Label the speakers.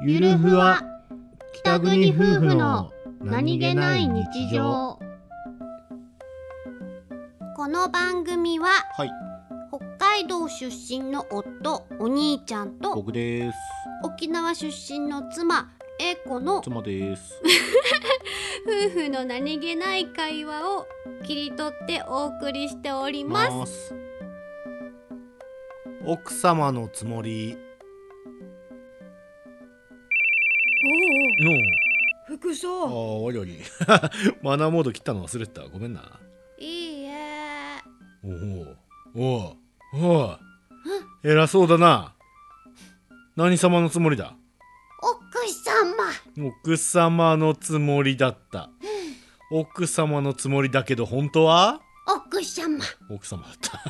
Speaker 1: ゆるふわ北国夫婦の
Speaker 2: この番組は
Speaker 1: はい
Speaker 2: 北海道出身の夫お兄ちゃんと
Speaker 1: 僕です
Speaker 2: 沖縄出身の妻英子の夫
Speaker 1: 妻です
Speaker 2: 婦の何気ない会話を切り取ってお送りしております
Speaker 1: す奥様のつもり
Speaker 2: お
Speaker 1: の
Speaker 2: お服
Speaker 1: あ
Speaker 2: 装
Speaker 1: あありあり マナーモード切ったの忘れてたごめんない
Speaker 2: いえ
Speaker 1: おおおおおお偉そうだな何様のつもりだ
Speaker 2: 奥様
Speaker 1: 奥様のつもりだった奥様のつもりだけど本当は
Speaker 2: 奥様
Speaker 1: 奥様だった